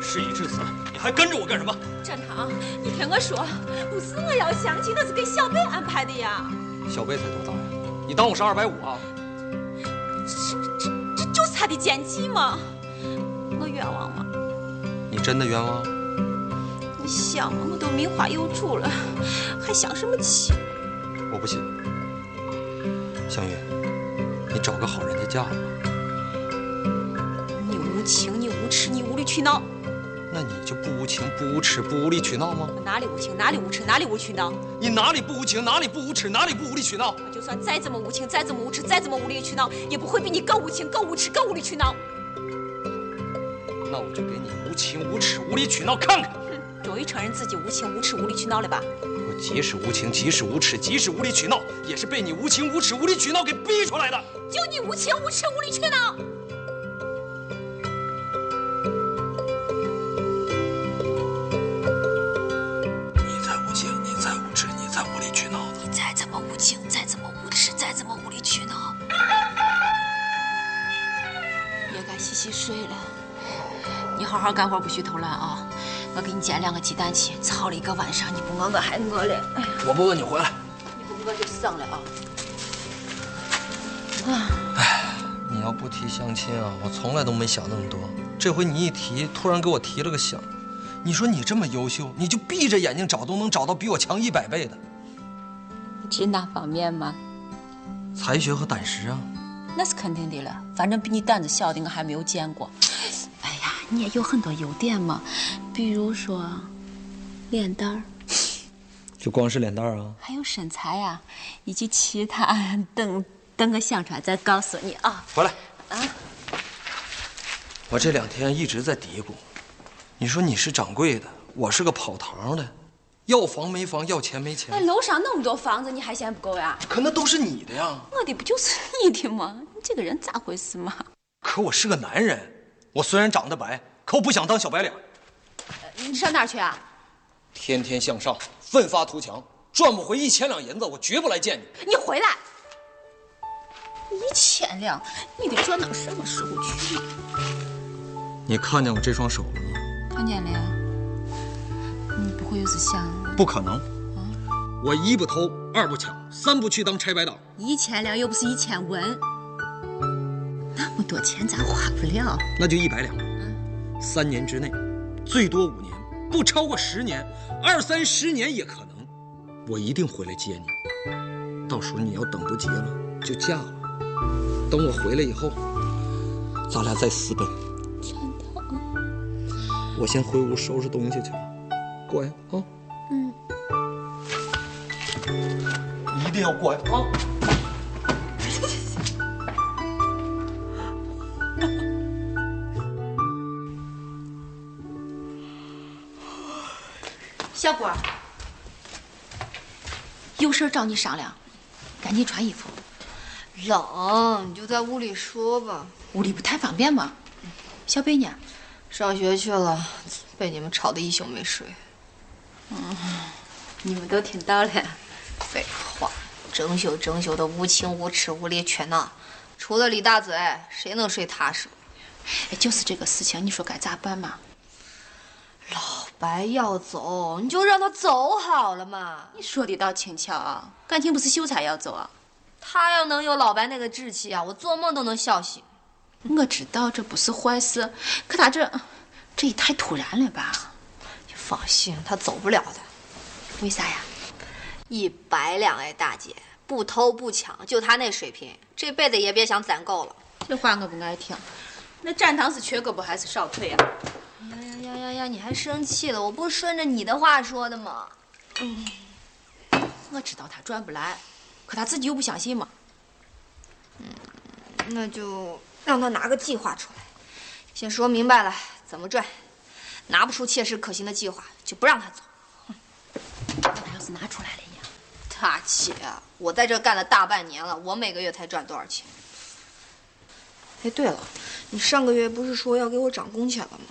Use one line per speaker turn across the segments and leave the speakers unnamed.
事已至此，你还跟着我干什么？
展堂，你听我说，不是我要相亲，那是给小贝安排的呀。
小贝才多大呀？你当我是二百五啊？
这这这就是他的奸计嘛！我冤枉吗？
你真的冤枉？
你想嘛，我都名花有主了，还相什么亲？
我不信。香玉，你找个好人家嫁了，
你无情，你无耻，你无理取闹！
那你就不无情、不无耻、不无理取闹吗？
我哪里无情，哪里无耻，哪里无理取闹？
你哪里不无情，哪里不无耻，哪里不无理取闹？
我就算再怎么无情，再怎么无耻，再怎么无理取闹，也不会比你更无情、更无耻、更无理取闹。
那我就给你无情、无耻、无理取闹看看！
终于承认自己无情、无耻、无理取闹了吧？
我即使无情，即使无耻，即使无理取闹，也是被你无情、无耻、无理取闹给逼出来的。
就你无情、无耻、无理取闹！
你才无情，你才无耻，你才无理取闹呢！
你再怎么无情，再怎么无耻，再怎么无理取闹，也该洗洗睡了。你好好干活，不许偷懒啊！我给你煎两个鸡蛋去，操了一个晚上，你不饿我还饿嘞。哎
我不饿，你回来。
你不饿就省了啊！
你要不提相亲啊，我从来都没想那么多。这回你一提，突然给我提了个醒。你说你这么优秀，你就闭着眼睛找都能找到比我强一百倍的。
指哪方面嘛？
才学和胆识啊，
那是肯定的了，反正比你胆子小的我还没有见过。哎呀，你也有很多优点嘛，比如说脸蛋儿，
就光是脸蛋儿啊，
还有身材呀、以及其他等等我想出来再告诉你啊。
回来。我这两天一直在嘀咕，你说你是掌柜的，我是个跑堂的，要房没房，要钱没
哎，
钱，
楼上那么多房子，你还嫌不够呀？
可那都是你的呀。
我的不就是你的吗？你这个人咋回事嘛？
可我是个男人，我虽然长得白，可我不想当小白脸。
你上哪儿去啊？
天天向上，奋发图强，赚不回一千两银子，我绝不来见你。
你回来！一千两，你得赚到什么时候去？
你看见我这双手了吗？
看见了呀，你不会又是想
不可能，我一不偷，二不抢，三不去当拆白党。
一千两又不是一千文，那么多钱咱花不了。
那就一百两，三年之内，最多五年，不超过十年，二三十年也可能。我一定回来接你，到时候你要等不及了，就嫁了。等我回来以后，咱俩再私奔。我先回屋收拾东西去了，乖啊。嗯。一定要乖啊！
小郭儿，有事儿找你商量，赶紧穿衣服，
冷，你就在屋里说吧。
屋里不太方便嘛。小贝呢？
上学去了，被你们吵得一宿没睡。
你们都听到了。
废话，整宿整宿的无情无耻无理取闹，除了李大嘴，谁能睡踏实？
哎，就是这个事情，你说该咋办嘛？
老白要走，你就让他走好了嘛。
你说的倒轻巧啊，感情不是秀才要走啊。
他要能有老白那个志气啊，我做梦都能笑醒。
我知道这不是坏事，可他这，这也太突然了吧？
你放心，他走不了的。
为啥呀？
一百两哎，大姐，不偷不抢，就他那水平，这辈子也别想攒够了。
这话我不爱听。那展堂是瘸胳膊还是少啊腿呀、
呀哎呀呀呀！你还生气了？我不是顺着你的话说的吗？
我知道他赚不来，可他自己又不相信嘛。
那就让他拿个计划出来，先说明白了怎么赚，拿不出切实可行的计划就不让他走。
他要是拿出来了呀，
大姐，我在这干了大半年了，我每个月才赚多少钱？哎，对了，你上个月不是说要给我涨工钱了吗？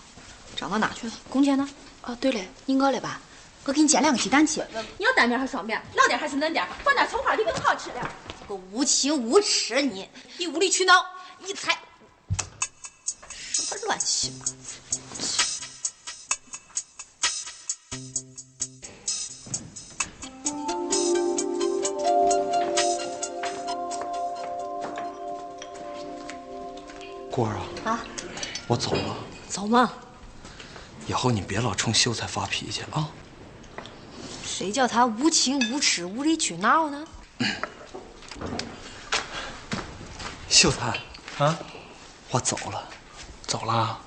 涨到哪去了？
工钱呢？哦，对了，你饿了吧？我给你煎两个鸡蛋去。你要单边还是双边？老点还是嫩点？放点葱花就更好吃了。
你个无情无耻你！
你无理取闹，你才
什么乱七八糟！
果儿啊，
啊，
我走了，
走嘛！
以后你别老冲秀才发脾气啊。
谁叫他无情无耻、无理取闹呢？
秀才，
啊，
我走了，啊
走啦。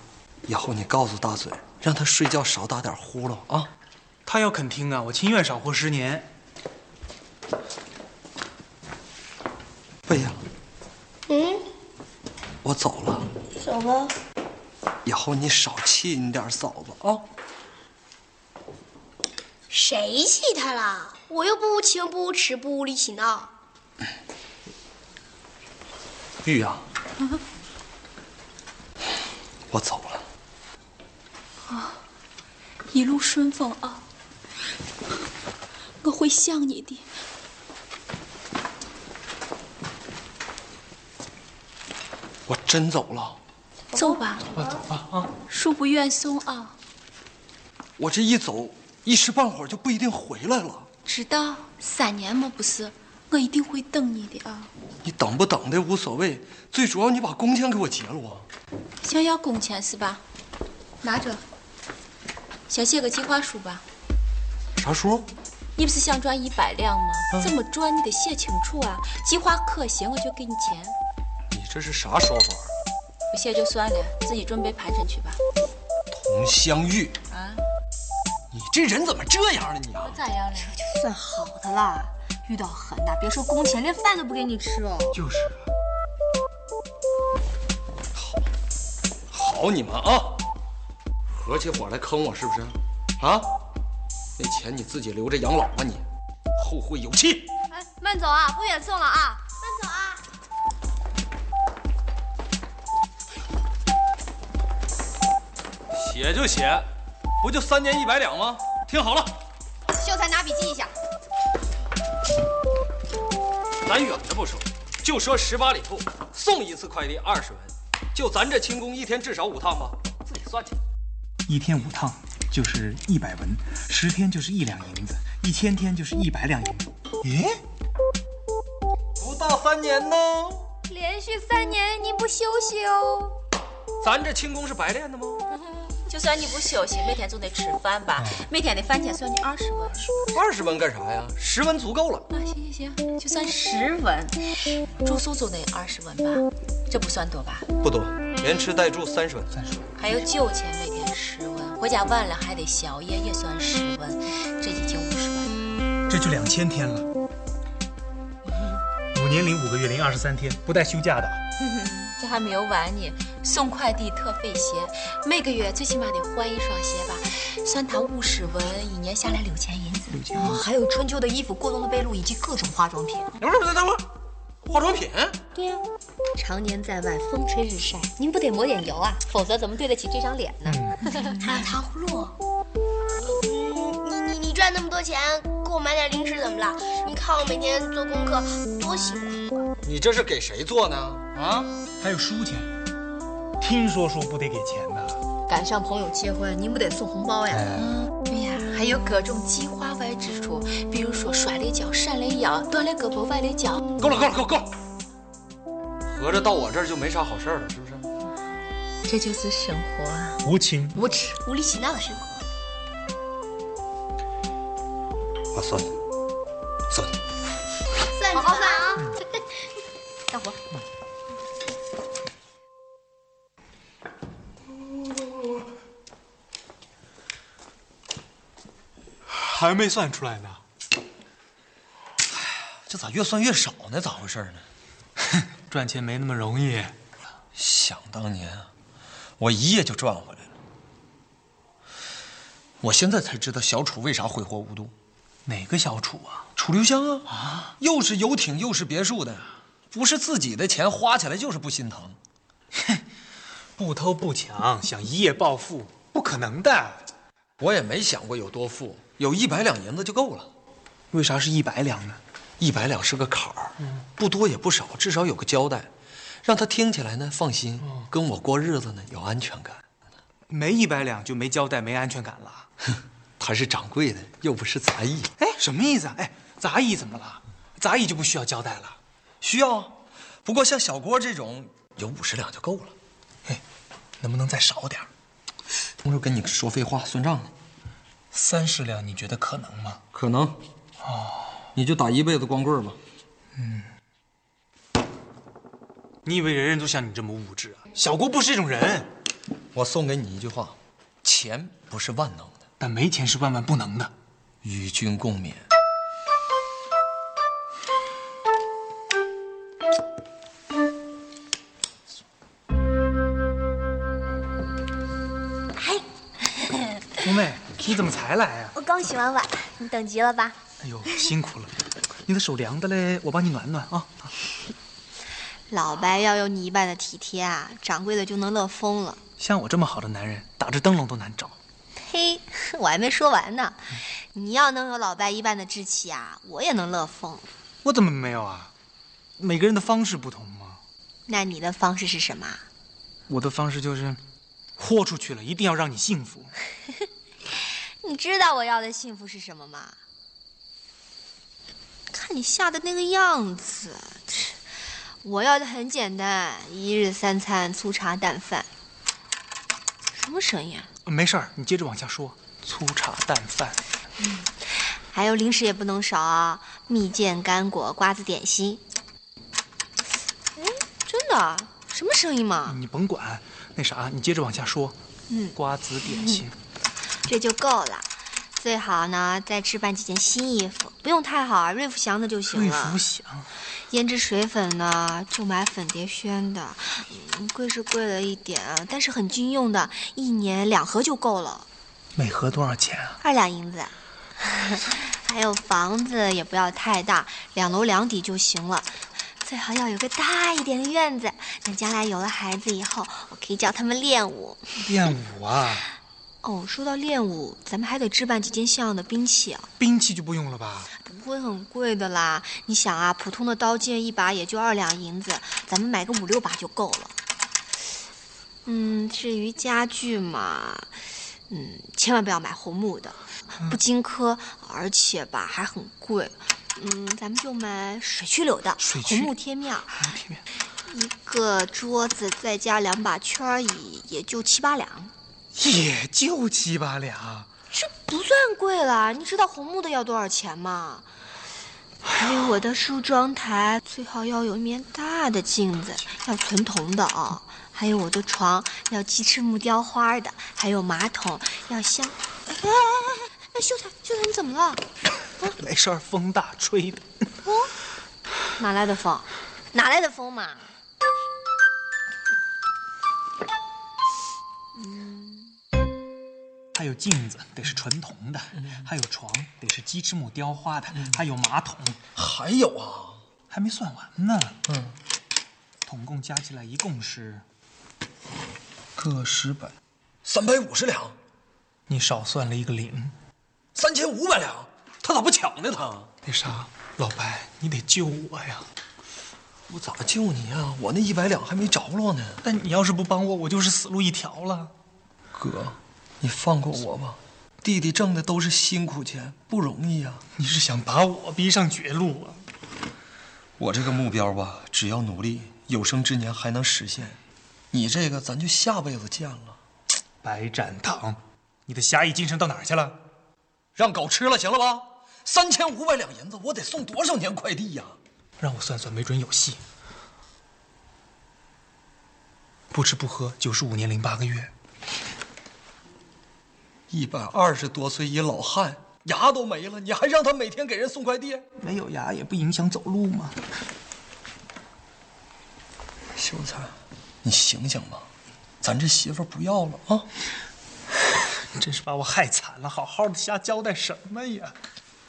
以后你告诉大嘴，让他睡觉少打点呼噜啊。
他要肯听啊，我情愿少活十年。
贝呀，
嗯，
我走了，
走吧。
以后你少气你点嫂子啊。
谁气他了？我又不无情不无耻不无理取闹。
玉呀，
啊
我走了。
一路顺风啊！我会想你的。
我真走了，
走吧，走吧啊！恕不远送啊！
我这一走，一时半会儿就不一定回来了。
知道三年嘛不是，我一定会等你的啊！
你等不等的无所谓，最主要你把工钱给我结了啊！
想要工钱是吧？拿着，先写个计划书吧。
啥叔，
你不是想赚一百两吗？怎么赚你得写清楚啊！计划可行，我就给你钱。
你这是啥说法啊？
不写就算了，自己准备盘缠去吧。
佟湘玉，
啊，
你这人怎么这样呢？你啊，
咋样了？
算好的啦，遇到狠的，别说工钱，连饭都不给你吃哦。
就是啊，
好你们啊，合起伙来坑我是不是？啊，那钱你自己留着养老吧你，后会有期。
哎，慢走啊，不远送了啊。
写就写，不就三年一百两吗？听好了，
秀才拿笔记一下。
咱远的不说，就说十八里铺送一次快递二十文，就咱这轻功一天至少五趟吧，自己算去。
一天五趟就是一百文，十天就是一两银子，一千天就是一百两银子。咦，
不到三年呢，
连续三年您不休息哦。
咱这轻功是白练的吗？
就算你不休息，每天总得吃饭吧？每天的饭钱算你二十文。
二十文干啥呀？十文足够了。
啊，行行行，就算十文，住宿总得二十文吧，这不算多吧？
不多，连吃带住三十文。
还有酒钱，每天十文，回家晚了还得宵夜，也算十文，这已经五十文了。
这就两千天了，五年零五个月零二十三天，不带休假的。
这还没有完呢，送快递特费鞋，每个月最起码得换一双鞋吧，算他五十文，一年下来六千银子。
哦还有春秋的衣服、过冬的被褥以及各种化妆品。
等会儿，等会儿，化妆品？
对呀、常年在外风吹日晒，您不得抹点油啊，否则怎么对得起这张脸呢？
还有糖葫芦。你你你赚那么多钱，给我买点零食怎么了？你看我每天做功课多辛苦。
你这是给谁做呢？啊？
还有书钱，听说书不得给钱的。
赶上朋友结婚，您不得送红包哎呀？
嗯，对呀，还有各种计划外支出，比如说摔了跤、闪了腰、断了胳膊、崴了脚。
够了，够了，够了够了。合着到我这儿就没啥好事儿了，是不是？
这就是生活啊！
无情，
无耻！
无理取闹的生活。
我算了，算了。
算好好算啊！
干活。
还没算出来呢。
这咋越算越少呢？咋回事呢？
赚钱没那么容易。
想当年啊，我一夜就赚回来了。我现在才知道小楚为啥挥霍无度，
哪个小楚啊？
楚留香啊，啊，又是游艇又是别墅的，不是自己的钱花起来就是不心疼。
不偷不抢，想一夜暴富，不可能的。
我也没想过有多富，有一百两银子就够了。
为啥是一百两呢？
一百两是个坎儿，不多也不少，至少有个交代，让他听起来呢放心，跟我过日子呢有安全感。
没一百两就没交代，没安全感了。
他是掌柜的，又不是杂役，
哎，什么意思啊？哎，杂役怎么了？杂役就不需要交代了。
需要啊。不过像小郭这种，有五十两就够了。
哎能不能再少点儿？
同志跟你说废话算账呢，
三十两，你觉得可能吗？
可能。哦，你就打一辈子光棍吧。
你以为人人都像你这么物质啊？小郭不是这种人，
我送给你一句话：钱不是万能的，
但没钱是万万不能的。
与君共勉。
红妹，你怎么才来啊？
我刚洗完碗，你等急了吧？
哎呦，辛苦了，你的手凉的嘞，我帮你暖暖啊。
老白要有你一半的体贴啊，掌柜的就能乐疯了。
像我这么好的男人，打着灯笼都难找。
嘿， 我还没说完呢。你要能有老白一半的志气啊，我也能乐疯。
我怎么没有啊？每个人的方式不同嘛。
那你的方式是什么啊？
我的方式就是，豁出去了，一定要让你幸福。
你知道我要的幸福是什么吗？看你吓的那个样子，切我要的很简单，一日三餐粗茶淡饭。什么声音啊？
没事儿，你接着往下说。粗茶淡饭，
还有零食也不能少啊，蜜饯、干果、瓜子点心。哎，真的啊？什么声音嘛？
你甭管那啥，你接着往下说。
嗯
瓜子点心，
这就够了。最好呢，再置办几件新衣服，不用太好啊，瑞福祥的就行啊
瑞
了
福。祥，
胭脂水粉呢，就买粉蝶轩的，嗯贵是贵了一点，啊但是很经用的，一年两盒就够了，
每盒多少钱 啊？
二两银子。 还有房子也不要太大，两楼两底就行了，最好要有个大一点的院子。等将来有了孩子以后，我可以教他们练武。
练武啊？
哦，说到练武，咱们还得置办几件像样的兵器啊，
兵器就不用了吧？
不会很贵的啦。你想啊，普通的刀剑一把也就二两银子，咱们买个五六把就够了。嗯，至于家具嘛，嗯，千万不要买红木的，不经科，而且吧还很贵。嗯，咱们就买水曲柳的
水
红
曲
木贴面儿，
哎天边
一个桌子再加两把圈儿椅，也就七八两。
也就七八两。
这不算贵啦，你知道红木的要多少钱吗？还有我的梳妆台最好要有一面大的镜子，要纯铜的啊、还有我的床要鸡翅木雕花的，还有马桶要镶。哎哎哎哎哎，秀才，秀才你怎么了？
没事儿，风大吹的。
哪来的风？哪来的风嘛？
还有镜子得是纯铜的，还有床得是鸡翅木雕花的，还有马桶，
还有啊，
还没算完呢。嗯，统共加起来一共是个十百，
三百五十两，
你少算了一个零。
三千五百两，他咋不抢呢？他
那啥，老白，你得救我呀！
我咋救你啊？我那一百两还没着落呢。
但你要是不帮我，我就是死路一条了。
哥，你放过我吧，弟弟挣的都是辛苦钱，不容易啊。
你是想把我逼上绝路啊？
我这个目标吧，只要努力，有生之年还能实现。你这个咱就下辈子见了，
白展堂，你的侠义精神到哪儿去了？
让狗吃了行了吧？三千五百两银子，我得送多少年快递呀、
让我算算，没准有戏。不吃不喝，九十五年零八个月。
一百二十多岁一老汉，牙都没了，你还让他每天给人送快递？
没有牙也不影响走路嘛。
秀才，你醒醒吧，咱这媳妇儿不要了啊！
真是把我害惨了，好好的瞎交代什么呀？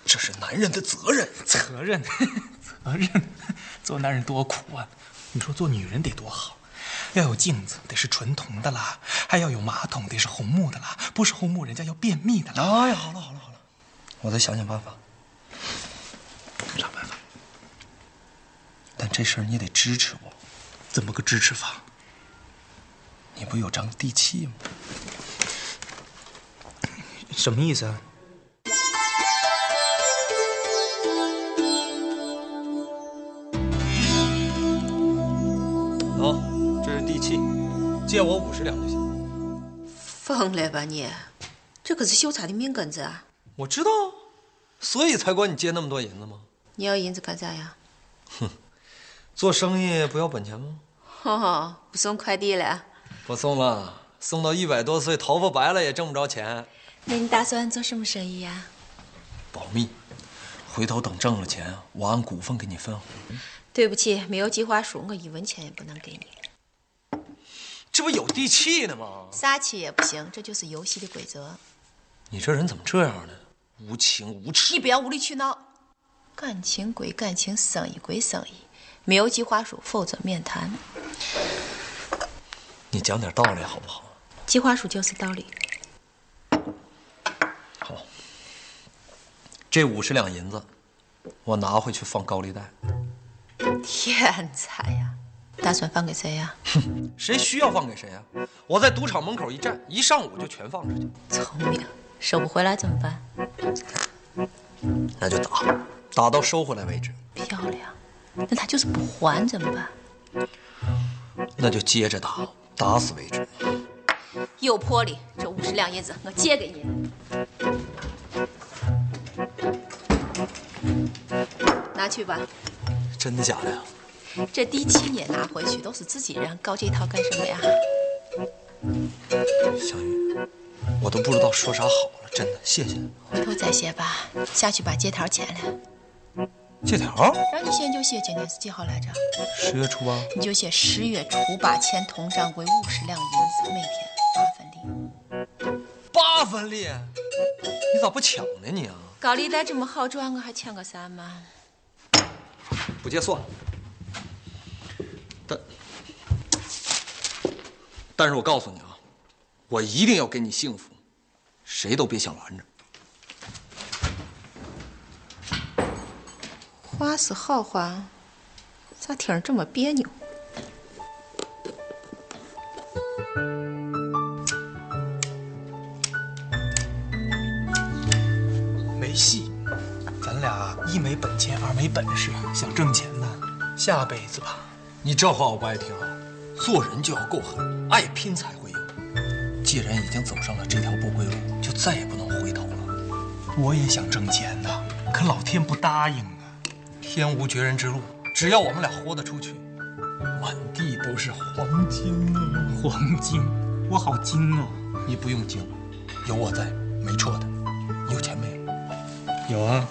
这是男人的责任。
责任，责任， 做男人多苦啊！你说做女人得多好，要有镜子，得是纯铜的啦，还要有马桶，得是红木的啦，不是红木人家要便秘的啦。
哎呀，好了好了好了，我再想想办法。
啥办法？
但这事儿你得支持我，
怎么个支持法？
你不有张地契吗？
什么意思啊？
走，这是地契，
借我五十两就行。
疯了吧你？这可是秀才的命根子啊！
我知道，所以才管你借那么多银子吗？
你要银子干啥 呀？
做生意不要本钱吗？
哦，不送快递了？
不送了，送到一百多岁，头发白了也挣不着钱。
那你打算做什么生意呀、
保密，回头等挣了钱，我按股份给你分红。
对不起，没有计啊划书，我一文钱也不能给你。
这不有地气呢吗？
撒气也不行，这就是游戏的规则。
你这人怎么这样呢？无情无
你
耻！
不要无理取闹。感情归感情，生意归生意，没有计划书，否则免谈。
你讲点道理好不好？
计划书就是道理。
好，这五十两银子，我拿回去放高利贷。
天才呀、打算放给谁呀、
谁需要放给谁啊？我在赌场门口一站，一上午就全放出去。
聪明，收不回来怎么办？
那就打，打到收回来为止。
漂亮，那他就是不还怎么办？
那就接着打，打死为止。
有魄力，这五十两银子我借给你。拿去吧，
真的假的呀？
这第七年拿回去都是自己人，搞这一套干什么呀？
小雨，我都不知道说啥好了，真的，谢谢。
回头再写吧，下去把借条签了，
借条？
让你现在就写今天是几号来着？
十月初八。
你就写十月初八前佟掌柜五十两银子，每天八分利。
八分利，你咋不抢呢你啊？
高利贷这么好赚，我还抢个啥嘛？
不借算了。但，但是我告诉你啊，我一定要给你幸福，谁都别想拦着。
话是好话，咋听着这么别扭？
没戏，咱俩一没本钱，二没本事，想挣钱呢，下辈子吧。
你这话我不爱听啊！做人就要够狠，爱拼才会赢。既然已经走上了这条不归路，就再也不能回头了。
我也想挣钱呐，可老天不答应啊。
天无绝人之路，只要我们俩豁得出去，满地都是黄。
黄金啊，黄金，我好金啊！
你不用惊，有我在，没错的。你有钱没有？
有啊，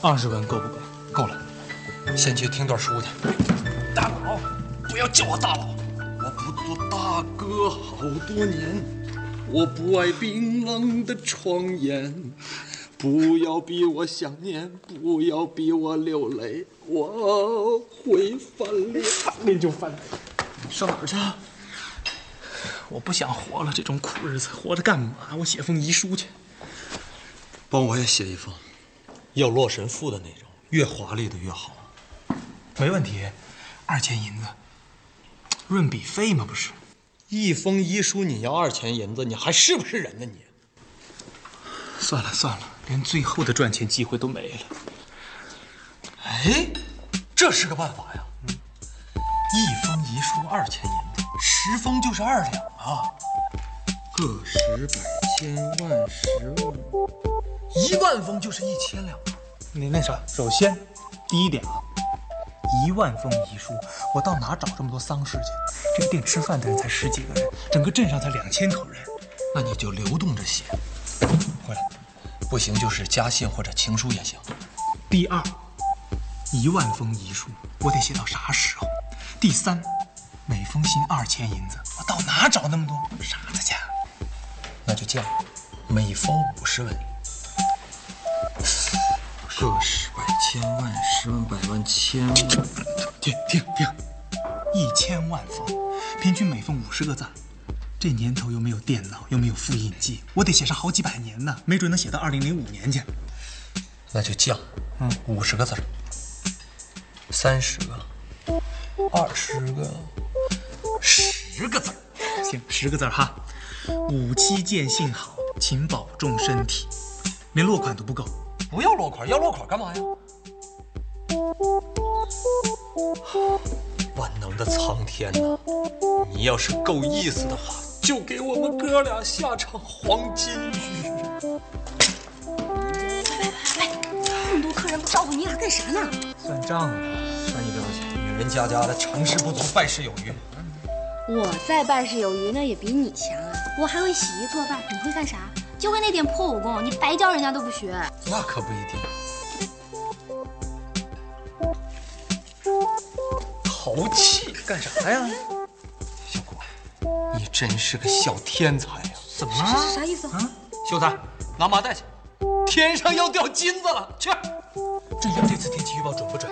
二十文够不够？
够了，先去听段书去。大佬，不要叫我大佬，我不做大哥好多年，我不爱冰冷的窗沿。不要逼我想念，不要逼我流泪，我会翻脸。
翻脸就翻脸，上哪儿去？我不想活了，这种苦日子活着干嘛？我写封遗书去。
帮我也写一封，要《洛神赋》的那种，越华丽的越好。
没问题，二钱银子，润笔费嘛不是？
一封遗书你要二钱银子，你还是不是人呢你？
算了算了，连最后的赚钱机会都没了。
哎，这是个办法呀！
一封遗书二钱银子，
十封就是二两啊，个十百千万十万，一万封就是一千两。
那那啥，首先第一点啊，一万封遗书，我到哪找这么多丧事去？这个店吃饭的人才十几个人，整个镇上才两千口人。
那你就流动着写，
回来，
不行就是家信或者情书也行。
第二，一万封遗书，我得写到啥时候？第三，每封信二千银子，我到哪找那么多？傻子去！啊
那就这样，每封五十文。个十百千万十万百万千万，
停停停！一千万封，平均每封五十个赞。这年头又没有电脑，又没有复印机，我得写上好几百年呢，没准能写到二零零五年去。
那就降，嗯，五十个字儿，三十个，二十个，十个字儿。
行，十个字儿哈。五七见信好，请保重身体。连落款都不够，
不要落款，要落款干嘛呀？万能的苍天呐！你要是够意思的话，就给我们哥俩下场黄金雨。
这么多客人不招呼你俩干啥呢？
算账呢。
算你对不起，女人家家的成事不足败事有余。
我在办事有余呢，也比你强啊！我还会洗衣做饭，你会干啥？就会那点破武功，你白教人家都不学。
那可不一定。淘气干啥呀？小果，你真是个小天才呀、
怎么了？
啥意思？
秀才，拿麻袋去，天上要掉金子了，去。
这这次天气预报准不准？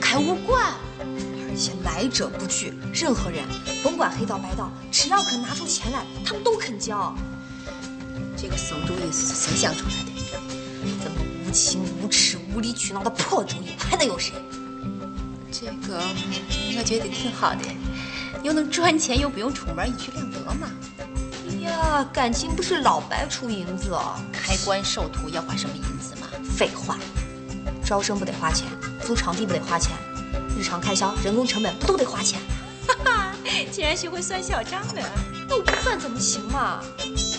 开物罐，而且来者不拒，任何人，甭管黑道白道，只要肯拿出钱来，他们都肯教。这个馊主意是谁想出来的？这么无情无耻、无理取闹的破主意，还能有谁？
这个我觉得挺好的，又能赚钱，又不用出门，一举两得嘛。
哎呀，感情不是老白出银子啊！
开棺授徒要花什么银子嘛？
废话，招生不得花钱，租场地不得花钱，日常开销、人工成本不都得花钱？
竟然学会算小账了。
那我不算怎么行嘛？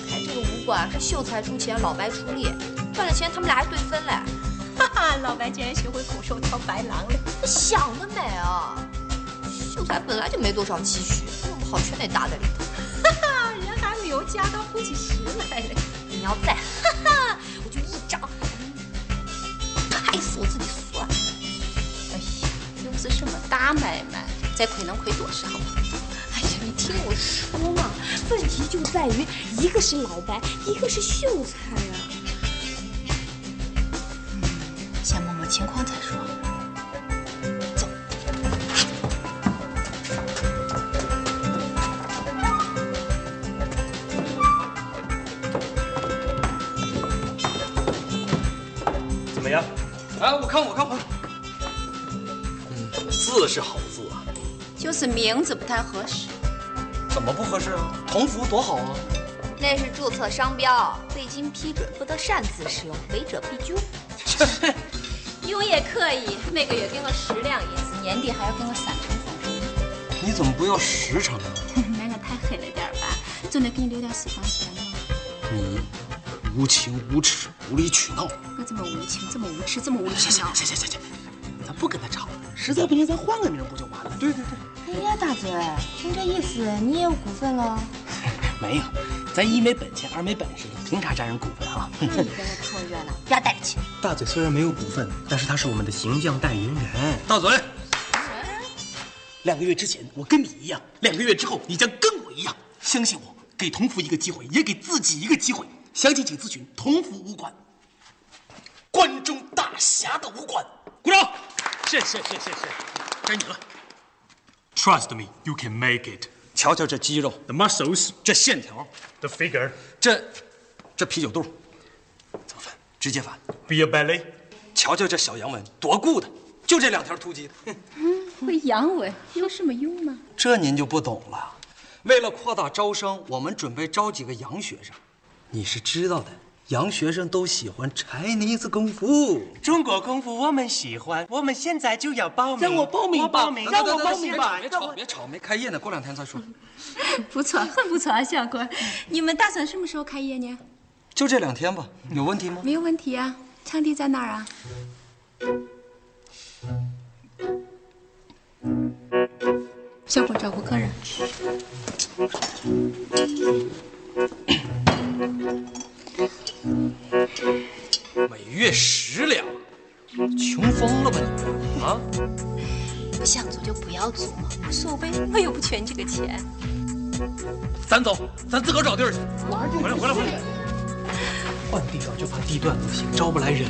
开这个武馆是秀才出钱，老白出力，赚了钱他们俩还对分嘞，
哈哈，老白竟然学会拱手挑白狼了。
那想得美啊！秀才本来就没多少积蓄，弄不好全得搭在里头。
啊，人还没有家当不起时来了。
你要再 哈哈，我就一掌拍死我自己算。
哎呀，又不是什么大买卖，再亏能亏多少？啊
哎呀，你听我说，
说嘛，问题就在于一个是老白，一个是秀才啊。
嗯先摸摸情况再说。
怎么样？
哎，我看我看我看，
嗯字是好字啊，
就是名字不太合适。
怎么不合适啊？同福多好啊！
那是注册商标，未经批准不得擅自使用，违者必 究。
用也可以，每个月给我十两银子，年底还要给我三成封成。
你怎么不要实诚啊？
那我太黑了点儿吧，总得给你留点私房钱吧。
你无情无耻、无理取闹，
我这么无情，这么无耻，这么无理取闹。
行行行行，咱不跟他吵了，实在不行咱换个名不就完了？对对对，
哎呀，大嘴，听这意思你也有股份了？
没有，咱一没本钱，二没本事，凭啥占人股份啊？
你别凑热闹。
不要带着去。
大嘴虽然没有股份，但是他是我们的形象代言人。
大嘴，两个月之前我跟你一样，两个月之后你将跟我一样。相信我，给同福一个机会，也给自己一个机会。详情请咨询同福武馆，关中大侠的武馆。鼓掌！谢谢谢谢谢，该你了。
Trust me, you can make it。
瞧瞧这肌肉，the muscles，这线条，the figure，这这啤酒肚，怎么翻？直接翻，be a ballet。瞧瞧这小洋文，多顾的，就这两条突击的。
会洋文有什么用吗？
这您就不懂了。为了扩大招生，我们准备招几个洋学生。你是知道的，洋学生都喜欢 Chinese 功夫。
中国功夫我们喜欢，我们现在就要报名。
让我报名吧
我报名，
等
让
等
我
等
报
等
名吧。
别吵，别吵，没开业呢，过两天再说。
不错， 很不错啊，小郭。你们打算什么时候开业呢？
就这两天吧，有问题吗？
没有问题啊。场地在哪儿啊？小郭招呼客人。
每月十两，穷疯了吧你？啊，
不想组就不要组嘛，无所谓，
哎
我又不缺你这个钱。
咱走，咱自个儿找地儿去。
回来，回来，回来。换地方就怕地段不行，招不来人。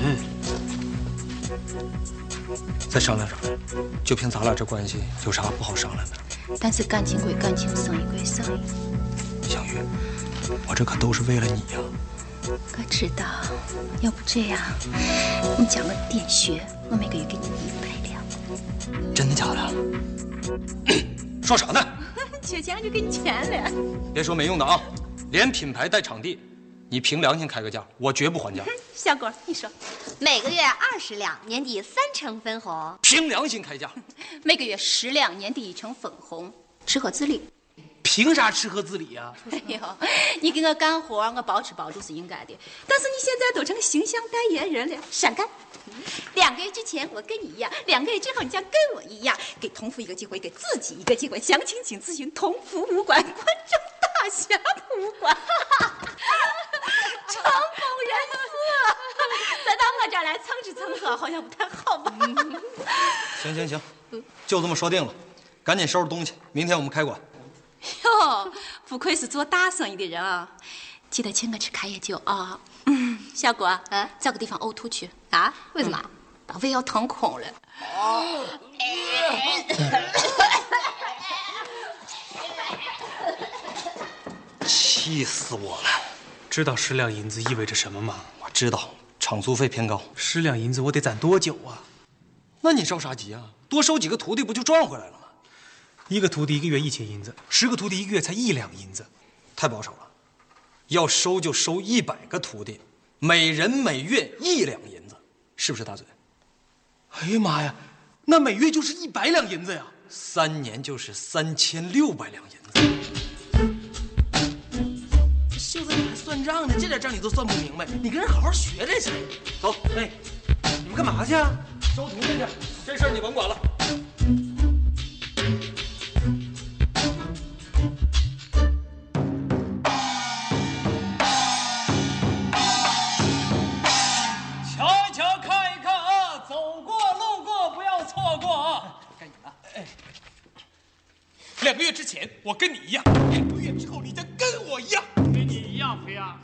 再商量商量，就凭咱俩这关系，有啥不好商量的？
但是感情归感情，生意归生意。
小雨，我这可都是为了你呀、
我知道，要不这样，你教我点穴，我每个月给你一百两。
真的假 的？说啥 呢？
倔强就给你钱了。
别说没用的啊，连品牌带场地，你凭良心开个价，我绝不 还价。
小郭，你说，
每个月二十两，年底三成分红。
凭良心开价，
每个月十两，年底一成分红，吃喝自理。
凭啥吃喝自理
啊
呀、
哎呦， 你给我干活，我包吃包住是应该的。但是你现在都成形象代言人了，闪开！两个月之前我跟你一样，两个月之后你将跟我一样。给同福一个机会，给自己一个机会。详情请咨询同福武馆关照大侠博物馆。 成某人士， 再到我这儿来蹭吃蹭喝，好像不太好吧？
行行行，
嗯
就这么说定了，赶紧收拾东西，明天我们开馆。
哟， 不愧是做大生意的人啊！记得请我吃开业酒啊！ 嗯，小郭，
啊
嗯，找个地方呕吐去啊？为什么？
嗯
把胃要腾空了。
气死我了！知道十两银子意味着什么吗？
我知道，场租费偏高。
十两银子我得攒多久啊？
那你着啥急啊？多收几个徒弟不就赚回来了吗？
一个徒弟一个月一千银子，十个徒弟一个月才一两银子，
太保守了。要收就收一百个徒弟，每人每月一两银子，是不是大嘴？
哎呀妈呀，那每月就是一百两银子呀！
三年就是三千六百两银子。
秀才你还算账呢，这点账你都算不明白，你跟人好好学这些。
走，
哎，你们干嘛去啊？
收徒弟去，这事儿你甭管了。
瞧一瞧，看一看啊，走过路过不要错过啊！该你了。哎，
两个月之前我跟你一样，两个月之后你再跟我一样，
跟你一样肥啊！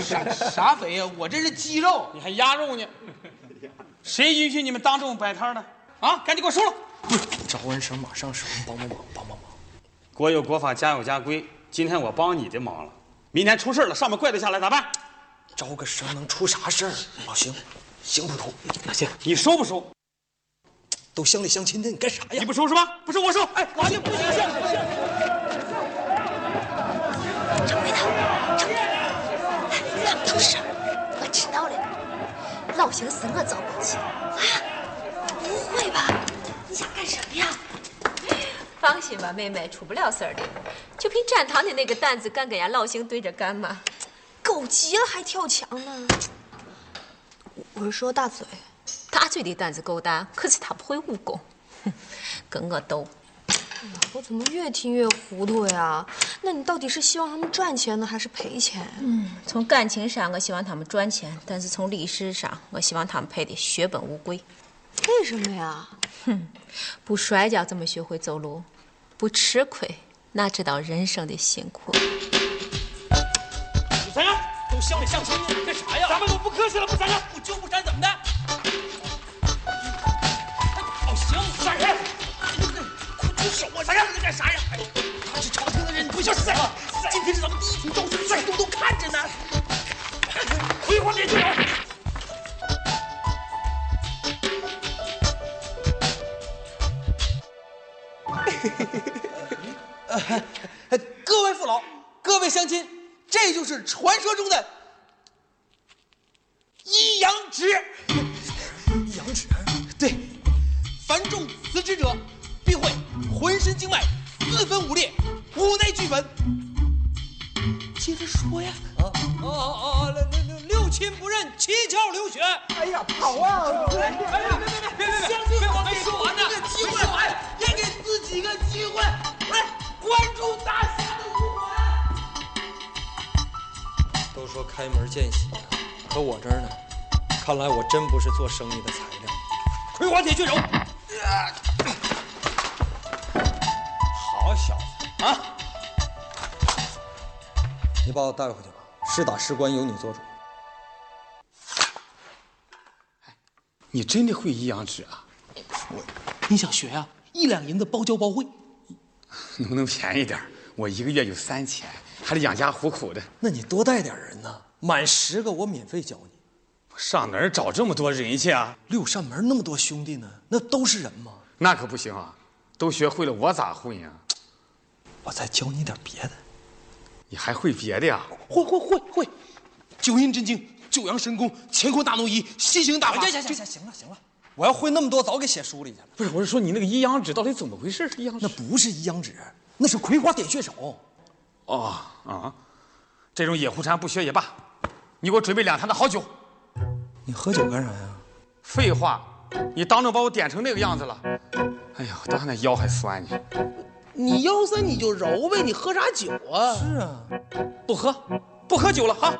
啥啥肥呀、我这是肌肉，你还鸭肉呢？谁允许你们当众摆摊的？啊，赶紧给我收了！
找人时候马上手，帮帮忙，帮帮忙。国有国法，家有家规。今天我帮你的忙了，明天出事了，上面怪罪下来咋办？
招个生能出啥事儿？老邢，邢捕头，
那行，你收不收？
都乡里乡亲的，你干啥呀？
你不收是吧？不收我收。哎，老邢不行，行
掌柜的，掌柜的，他们出事儿，我知道了。老邢是我招过去。哎不会吧？你想干什么呀？
放心吧，妹妹，出不了事儿的。就凭展堂的那个胆子，敢跟人家老邢对着干吗？
狗急了还跳墙呢。我是说大嘴，
大嘴的胆子够大，可是他不会武功，哼 跟我斗。
我怎么越听越糊涂呀？那你到底是希望他们赚钱呢，还是赔钱？
嗯，从感情上，我希望他们赚钱，但是从理事上，我希望他们赔的血本无归。
为什么呀？
哼，不摔跤怎么学会走路？不吃亏哪知道人生的辛苦？
你咋样？都乡里乡亲的，你干啥呀？咱们都不客气了，不咱俩我就不沾，怎么的？好行，闪开！快住手啊！咱俩你干啥呀？哎
不孝是宰了！今天是咱们第一族赵氏在东都看着呢，葵花点酒。各位父老，各位乡亲，这就是传说中的一阳指。一阳指，对，凡中此指者，必会浑身经脉四分五裂，五内俱焚。接着说呀。啊啊啊啊！六六六六亲不认，七窍流血。哎呀，跑啊！哎呀，别别别别别别！乡亲，我没说完呢，给机会，也给自己个机会，来关注大侠的武馆。
都说开门见喜，可我这儿呢，看来我真不是做生意的材料。
葵花铁血手。好小子啊！
你把我带回去吧，是打是关由你做主。
哎
你真的会一阳指啊？
你想学呀、啊一两银子包教包会。
能不能便宜点儿？我一个月有三千，还得养家糊口的。
那你多带点人呢，满十个我免费教你。
上哪儿找这么多人去啊？
六扇门那么多兄弟呢，那都是人吗？
那可不行啊！都学会了，我咋混呀、
我再教你点别的。
你还会别的呀？
会会会会，
九阴真经、九阳神功、乾坤大挪移、西行大法。
啊行行行行行了行了，
啊我要会那么多，早给写书里去了。
不是，我是说你那个一阳指到底怎么回事？一阳指
那不是一阳指，那是葵花点穴手。
哦啊，这种野狐禅不学也罢，你给我准备两坛子好酒。
你喝酒干啥呀？
废话，你当众把我点成那个样子了，哎呦，当那腰还酸呢。
你腰酸你就揉呗，你喝啥酒啊？是
啊，
不喝，不喝酒了哈。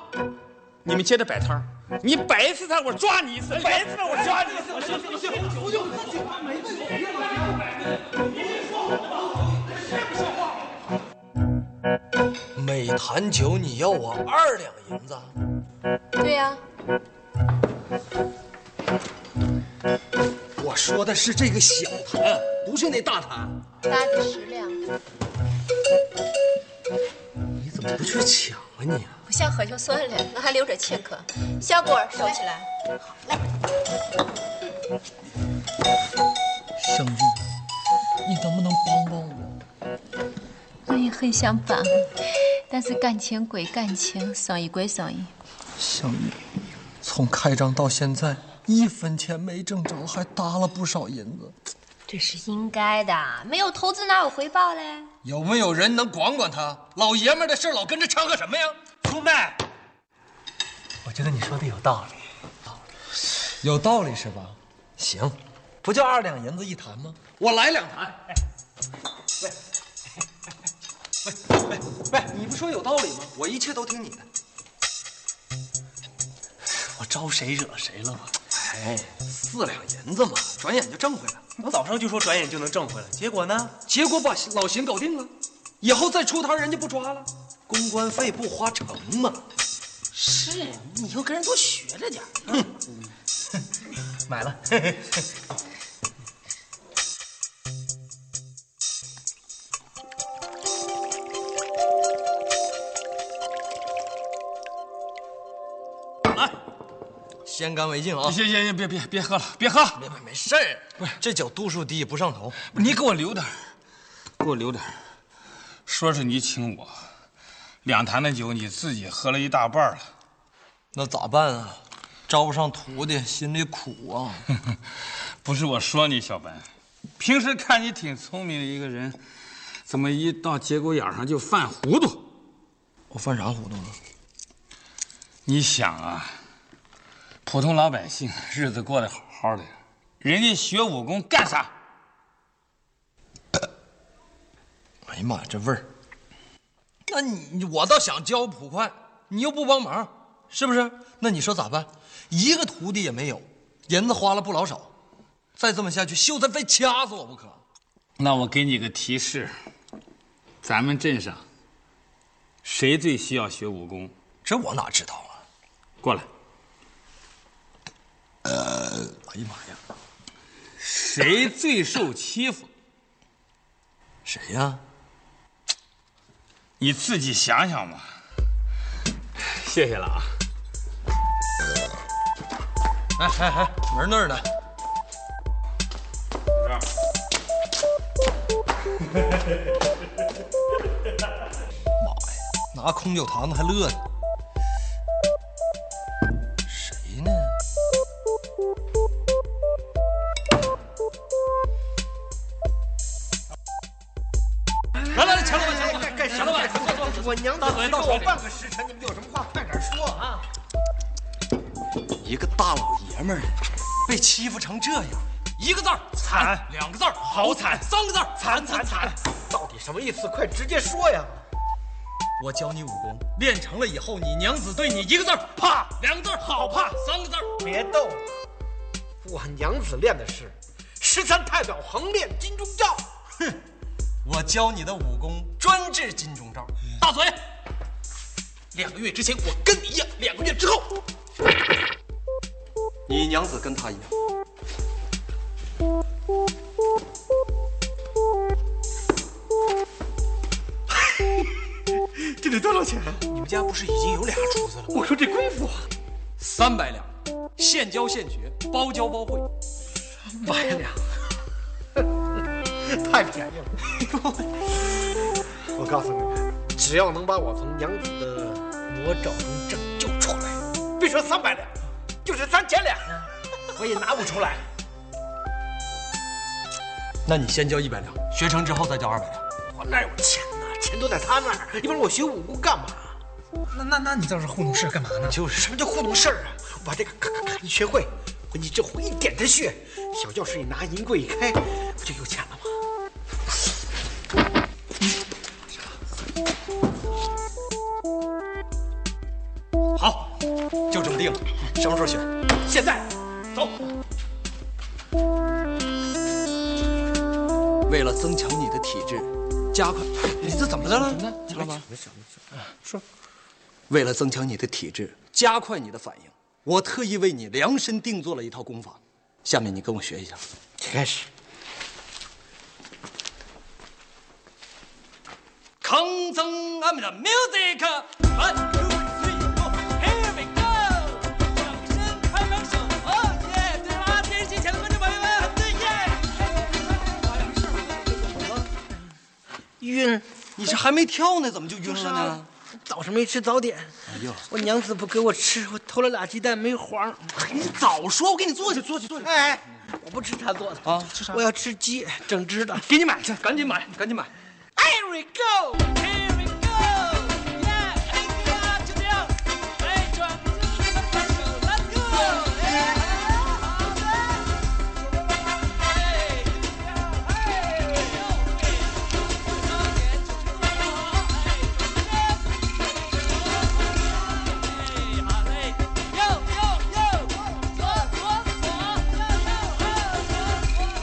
你们接着摆摊儿，你摆一次摊儿我抓你一次，摆一次摊儿我抓你一次。
不行不行，喝酒没问题。
每坛酒你要我二两银子，
对呀、
我说的是这个小坛，不是那大坛。
八个十两，
你怎么不去抢啊你？
不像喝就算了，哦那还留着请客。小果儿收起来，
相君，你能不能帮帮我？
我也很想帮，但是感情归感情，生意归生意。
相君，从开张到现在，一分钱没挣着，还搭了不少银子。
这是应该的，没有投资哪有回报嘞？
有没有人能管管他？老爷们儿的事儿老跟着掺和什么呀？叔妹，
我觉得你说的有道理。
有道理是吧？行，哎不就二两银子一坛吗？我来两坛。哎喂，哎你不说有道理吗？我一切都听你的。
我招谁惹谁了吗？
哎，四两银子嘛，转眼就挣回来了。
我早上就说转眼就能挣回来，结果呢？
结果把老邢搞定了，以后再出摊人家不抓了，公关费不花成嘛。
是，啊你就跟人多学着点。
嗯
买了。
先干为敬啊！
行行行，别别别喝了，别喝了，
没没事儿，啊不是这酒度数低不上头。
你给我留点儿，给我留点儿。说是你请我，两坛的酒你自己喝了一大半儿了。
那咋办啊？招不上徒弟，心里苦啊。
不是我说你，小白，平时看你挺聪明的一个人，怎么一到节骨眼儿上就犯糊涂？
我犯啥糊涂了？
你想啊，普通老百姓日子过得好好的，人家学武功干啥？
哎呀妈呀，这味儿！那你我倒想教捕快，你又不帮忙，是不是？那你说咋办？一个徒弟也没有，银子花了不老少，再这么下去，秀才非掐死我不可。
那我给你个提示，咱们镇上谁最需要学武功？
这我哪知道啊？
过来，
呃，哎呀妈呀，
谁最受欺负？
谁呀？
你自己想想吧。
谢谢了啊。
哎哎哎，门那儿呢？ 妈呀，拿空酒坛子还乐呢？谁呢？
来来来，钱老板，钱老板，干
什么
干什么？
我娘
大嘴大
我
嘴，
半个时辰，你们有什么话快点说啊！
一个大老爷们儿被欺负成这样，
一个字儿惨，两个字儿好惨，三个字儿惨惨惨，到底什么意思？快直接说呀！我教你武功，练成了以后，你娘子对你一个字儿怕，两个字儿好怕，三个字儿别逗了。我娘子练的是十三太保横练金钟罩，哼！我教你的武功专治金钟罩。大嘴，
两个月之前我跟你一样，两个月之后
你娘子跟他一样。
这得多少钱？你们家不是已经有俩厨子了？我说这功夫
三百两，现教现学，包教包会。
三百两，太便宜了。
我告诉你，只要能把我从娘子的魔爪中拯救出来，别说三百两，就是三千两，我也拿不出来。
那你先交一百两，学成之后再交二百两。
我那儿有钱呢，钱都在他那儿。你让我学武功干嘛？
那那那你在这糊弄事儿干嘛呢？
就是什么叫糊弄事儿啊？我把这个咔咔咔一学会，我一直会一点他穴，小钥匙一拿，银柜一开，不就有钱了吗？
好，就这么定了。什么时候学？
现在走。
为了增强你的体质，加快。你这怎么的了？秦老板，没事没事。啊说，为了增强你的体质，加快你的反应，我特意为你量身定做了一套功法。下面你跟我学一下。开始。
Come on, I'm the music.
哎
One, two, three, four, here we go. 掌声，拍拍手，Oh
哦
yeah！对啦，电视机前的观众朋友们，对耶！
晕，
你这还没跳呢，怎么就晕了呢？
早上没吃早点，
哎呦，
我娘子不给我吃，我偷了俩鸡蛋没黄。啊你早说，我给你做去，做去，做去。哎，我不吃她做的
啊，
我要吃鸡，整只的，
给你买去，赶紧买，赶紧买。
Here we go, here we go, yeah！哎呀，就这样，哎，掌声，拍拍手，Let's go！哎，好的，哎，哎，哎，呦，呦，呦，左左左，右右右，左左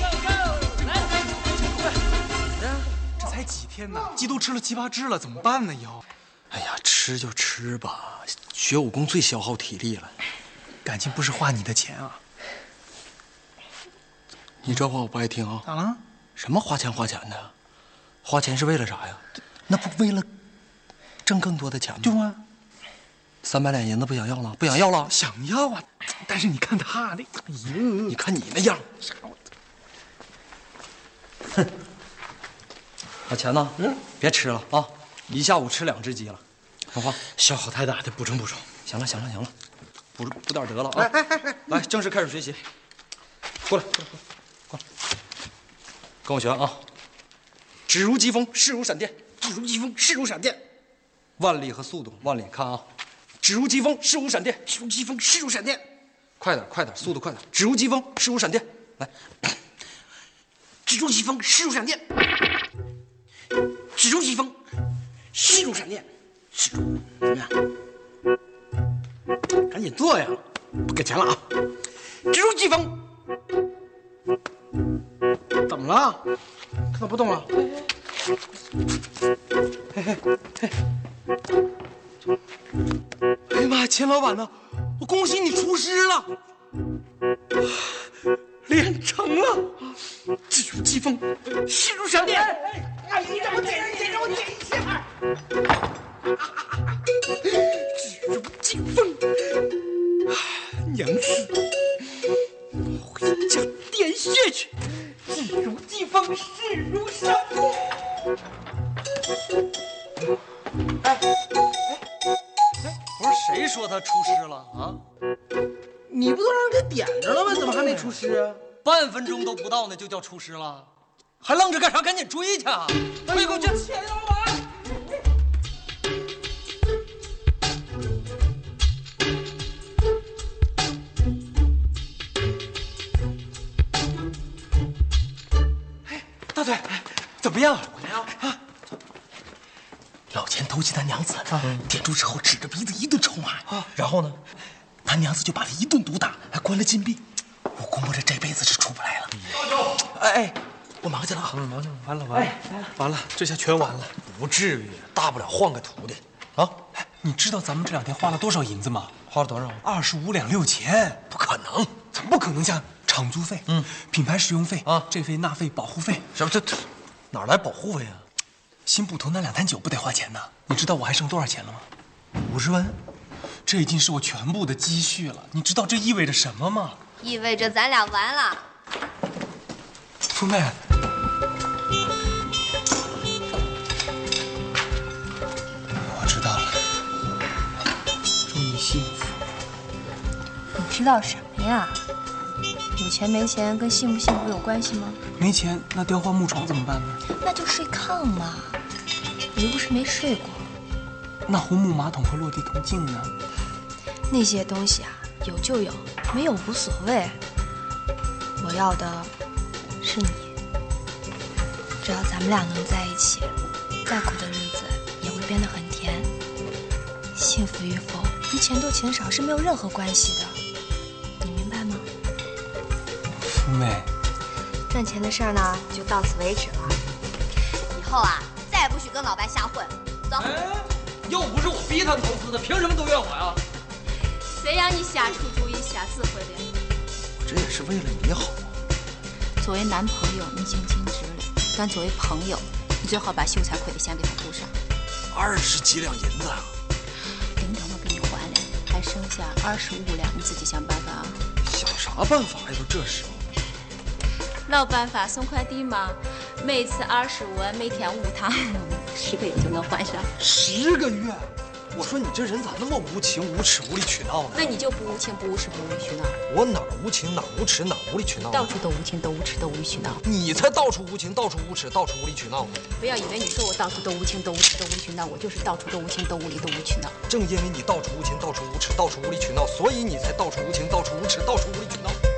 左，右右，来。
这才几天呢，鸡都吃了七八只了，怎么办呢？以后
哎呀，吃就吃吧，学武功最消耗体力了。
感情不是花你的钱啊！
你这话我不爱听啊。
啊？
什么花钱花钱的？花钱是为了啥呀？那不为了挣更多的钱吗？对
啊。
三百两银子不想要了，不想要了。
想要啊，但是你看他那，哎呦，
你看你那样，把钱呢？嗯，别吃了啊！一下午吃两只鸡了，说话消耗太大，得补充补充。行了行了行了，补补点得了啊！来，正式开始学习。过来，过来，过来，过来，跟我学啊！指如疾风，势如闪电。指如疾风，势如闪电。腕力和速度，腕力看啊！指如疾风，势如闪电。指如疾风，势如闪电。快点，快点，速度快点！指如疾风，势如闪电。来，
指住疾风，势如闪电。指住疾风，势如闪电。指住，怎么样？赶紧做呀！不给钱了啊！指住疾风，怎么了？看到不动了？嘿嘿嘿！
哎呀妈呀，钱老板呢？我恭喜你出师了，
啊
练成了，指如疾风，势如闪电。
阿姨哎让我点，得让我点一下。指如疾风，
啊
娘子，回家点穴去。指如疾风，势如山坡。
哎，不是谁说他出师了啊？
你不都让他点着了吗？怎么还没出师啊？
半分钟都不到呢，就叫出师了，还愣着干啥？赶紧追去啊！快给我去！
钱老板，
大嘴，怎么样？怎么样？啊！老钱偷袭他娘子，点住之后指着鼻子一顿臭骂，然后呢，他娘子就把他一顿毒打，还关了禁闭。我估摸着这辈子是出不来了。哎哎，我忙去了啊！忙去了，完了完了完了，这下全完了。
不至于，大不了换个徒弟啊！
哎你知道咱们这两天花了多少银子吗？
花了多少？
二十五两六钱，
不可能，
怎么不可能像场租费、嗯，品牌使用费啊，这费那费保护费，
什么这这哪来保护费啊？
新捕头那两坛酒不得花钱呐？你知道我还剩多少钱了吗？
五十文，
这已经是我全部的积蓄了。你知道这意味着什么吗？
意味着咱俩完了。
春妹，我知道了，祝你幸福。
你知道什么呀？有钱没钱跟幸不幸福有关系吗？
没钱，那雕花木床怎么办呢？
那就睡炕嘛。你又不是没睡过。
那红木马桶和落地铜镜呢？
那些东西啊，有就有，没有无所谓。我要的是你。只要咱们俩能在一起，再苦的日子也会变得很甜。幸福与否，跟钱多钱少是没有任何关系的，你明白吗？
春妹，
赚钱的事儿呢，就到此为止了。
以后啊，再也不许跟老白瞎混。走，
又不是我逼他投资的，凭什么都怨我呀？
谁让你瞎出主意、瞎指挥的？
我这也是为了你好。
作为男朋友，你已经尽职了；但作为朋友，你最好把秀才亏的钱给他补上。
二十几两银子啊，
领导们给你还了，还剩下二十五两，你自己想办法啊。
想啥办法呀？都这时候，
老办法，送快递嘛，每次二十五文，每天五趟，十个月就能还上。
十个月，我说你这人咋那么无情、无耻、无理取闹呢？
那你就不无情、不无耻、不无理取闹，
我哪儿无情哪儿无耻哪儿无理取闹？
到处都无情、都无耻、都无理取闹。
你才到处无情、到处无耻、到处无理取闹呢！
不要以为你说我到处都无情、都无耻、都无理取闹，我就是到处都无情、都无理、都无取闹。
正因为你到处无情、到处无耻、到处无理取闹，所以你才到处无情、到处无耻、到处无理取闹。